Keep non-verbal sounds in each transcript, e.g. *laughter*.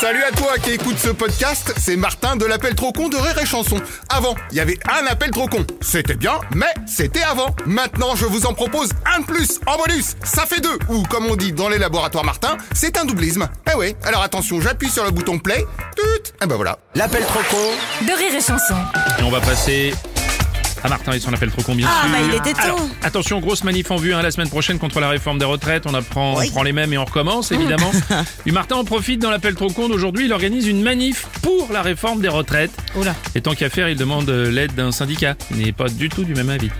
Salut à toi qui écoute ce podcast, c'est Martin de l'appel trop con de Rire et Chanson. Avant, il y avait un appel trop con. C'était bien, mais c'était avant. Maintenant, je vous en propose un de plus en bonus. Ça fait deux, ou comme on dit dans les laboratoires Martin, c'est un doublisme. Eh ouais, alors attention, j'appuie sur le bouton play. Tut Et ben voilà. L'appel trop con de rire et chanson. Et on va passer à Martin et son appel trop con, bien Ah, sûr. bah, il était temps. Alors, attention, grosse manif en vue hein, la semaine prochaine contre la réforme des retraites. On, apprend, on prend les mêmes et on Mm. *laughs* recommence, évidemment. et Martin en profite dans l'appel trop con d'aujourd'hui. Il organise une manif pour la réforme des retraites. Et tant qu'à faire, il demande euh, l'aide d'un syndicat. Il n'est pas du tout du même avis.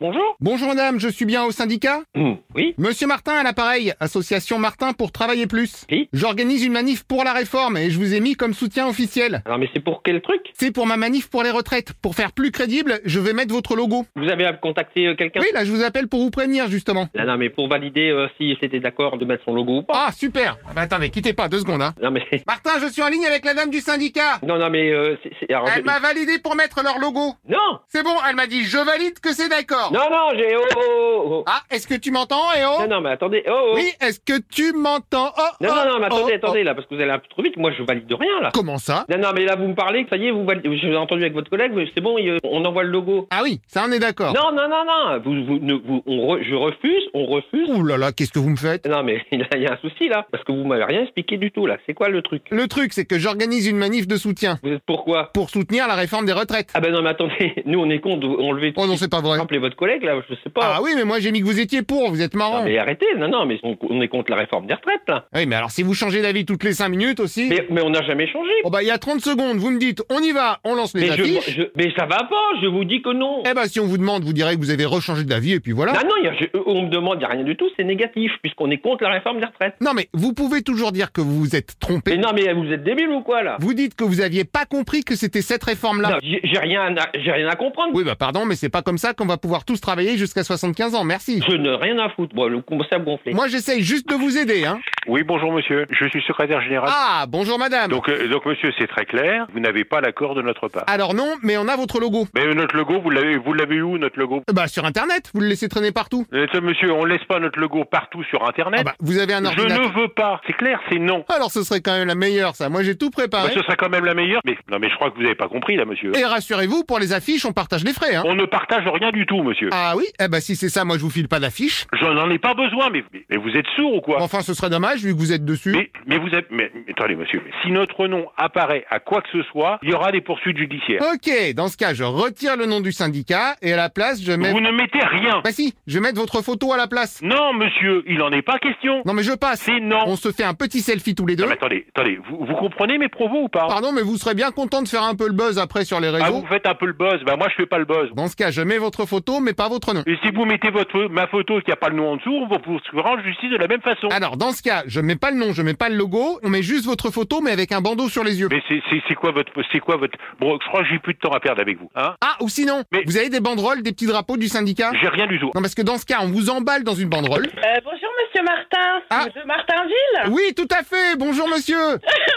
Bonjour Bonjour madame, je suis bien au syndicat Hmm. Oui Monsieur Martin à l'appareil, association Martin pour travailler plus. Oui. J'organise une manif pour la réforme et je vous ai mis comme soutien officiel. Alors mais c'est pour quel truc C'est pour ma manif pour les retraites. Pour faire plus crédible, je vais mettre votre logo. Vous avez à contacter euh, quelqu'un Oui, là, je vous appelle pour vous prévenir, justement. Là, non, mais pour valider euh, si c'était d'accord de mettre son logo ou pas. Ah, super Ah bah, Attendez, quittez pas, deux secondes. Hein. Non, mais... *laughs* Martin, je suis en ligne avec la dame du syndicat. Non, non, mais... euh, c'est- c'est- alors, je- Elle Ah, m'a validé pour mettre leur logo. Non C'est bon, elle m'a dit, je valide que c'est d'accord. Non, non, j'ai... Oh, oh, oh, oh. Ah, est-ce que tu m'entends, eh oh Non, non, mais attendez, oh, oh. Oui, est-ce que tu m'entends oh, Non, non, oh, non, mais attendez, oh, attendez, là, parce que vous allez un peu trop vite, moi, je valide rien, là. oh. Comment ça Non, non, mais là, vous me parlez, ça y est, vous validez... J'ai entendu avec votre collègue, mais c'est bon, il, euh, on envoie le logo. Ah oui, ça, on est d'accord. Non, non, non, non, vous, vous, ne- vous- on re- je refuse, on refuse. Ouh là là, qu'est-ce que vous me faites Non, mais *laughs* il y a- il y a un souci, là, parce que vous m'avez rien expliqué du tout, là. C'est quoi le truc Le truc, c'est que j'organise une manif de soutien Vous êtes pourquoi pour soutenir la réforme des retraites. Ah ben non, mais attendez, *laughs* nous on est con, de- on levait tout. Oh non, c'est pas vrai. Rappelez votre collègue là, je sais pas. Ah oui, mais moi j'ai mis que vous étiez pour, vous êtes Non, marrant. mais arrêtez, non, non, mais on, on est contre la réforme des retraites là. Oui, mais alors si vous changez d'avis toutes les 5 minutes aussi. Mais, mais on n'a jamais changé. Oh bah il y a 30 secondes, vous me dites on y va, on lance les mais, affiches. je, je- mais ça va pas, je vous dis que non. Eh bah si on vous demande, vous direz que vous avez rechangé d'avis et puis voilà. Ah non, il y a- je- on me demande, il n'y a rien du tout, c'est négatif, puisqu'on est contre la réforme des retraites. Non mais vous pouvez toujours dire que vous vous êtes Mais trompé. non, mais vous êtes débile ou quoi là Vous dites que vous aviez pas compris que c'était cette réforme là. Non, J'ai j'ai rien, à- j'ai rien à comprendre. Oui bah pardon, mais c'est pas comme ça qu'on va pouvoir tous travailler jusqu'à 75 ans. Merci. Je n'ai rien à foutre. Bon, le commencez à me gonfler. Moi j'essaye juste de vous aider hein. Oui, bonjour monsieur. Je suis secrétaire général. Ah, bonjour madame. Donc, euh, donc monsieur, c'est très clair. Vous n'avez pas l'accord de notre part. Alors non, mais on a votre logo. Mais notre logo, vous l'avez, vous l'avez où notre logo Euh, Bah sur internet, vous le laissez traîner partout. Euh, ça, Monsieur, on laisse pas notre logo partout sur Ah Internet. bah vous avez un je ordinateur. ne veux pas. C'est clair, c'est non. Alors ce serait quand même la meilleure ça. Moi j'ai tout Bah, préparé. ce serait quand même la meilleure. Mais non, mais je crois que vous n'avez pas compris là, monsieur. Et rassurez-vous, pour les affiches, on partage les frais. Hein. On ne partage rien du tout, monsieur. Ah oui Eh ben si c'est ça, moi je vous file pas d'affiche. Je n'en ai pas besoin. Mais, mais, mais vous êtes sourd ou quoi Enfin, ce serait dommage vu que vous êtes dessus. mais, mais vous êtes. Mais, mais attendez, monsieur. mais si notre nom apparaît à quoi que ce soit, il y aura des poursuites judiciaires. Ok, dans ce cas, je retire le nom du syndicat et à la place, je mets... Vous ne mettez rien. Bah si, je vais mettre votre photo à la place. Non, monsieur, il en est pas question. Non mais je passe. C'est non. On se fait un petit selfie tous les deux. Non, mais attendez, attendez, vous, vous comprenez mes propos ou pas Pardon, mais vous serez bien content de faire un peu le buzz après sur les Ah, réseaux. vous faites un peu le buzz. Bah, moi, je fais pas le buzz. Dans ce cas, je mets votre photo, mais pas votre nom. Et si vous mettez votre, ma photo qui a pas le nom en dessous, on vous poursuivra en justice de la même façon. Alors, dans ce cas, je mets pas le nom, je mets pas le logo, on met juste votre photo, mais avec un bandeau sur les yeux. Mais c'est, c'est, c'est quoi votre, c'est quoi votre, bon, je crois que j'ai plus de temps à perdre avec vous, hein Ah, ou sinon, Mais- vous avez des banderoles, des petits drapeaux du syndicat J'ai rien du tout. Non, parce que dans ce cas, on vous emballe dans une banderole. Euh, bonjour Monsieur Martin, Ah. Monsieur Martinville. Oui, tout à fait. Bonjour, *laughs* monsieur.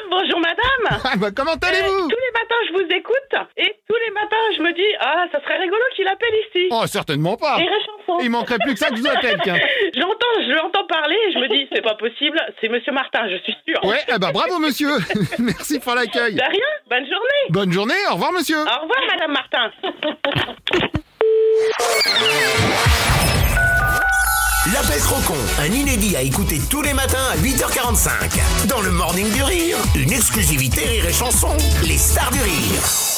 bonjour Madame. Ah, bah, comment Euh, allez-vous tous les matins je vous écoute et tous les matins je me dis ah ça serait rigolo qu'il appelle ici. Oh, certainement pas. Et réchanson. Il manquerait plus que ça que vous appelle, tiens. J'entends, je l'entends parler et je me dis c'est pas possible, c'est Monsieur Martin, je suis sûre. Ouais, eh bah, bravo, monsieur. *laughs* Merci pour l'accueil. De rien, bonne journée. Bonne journée. Au revoir, monsieur. Au revoir Madame Martin. L'appel trop con, un inédit à écouter tous les matins à 8h45. Dans le morning du rire, une exclusivité Rire et Chanson, les stars du rire.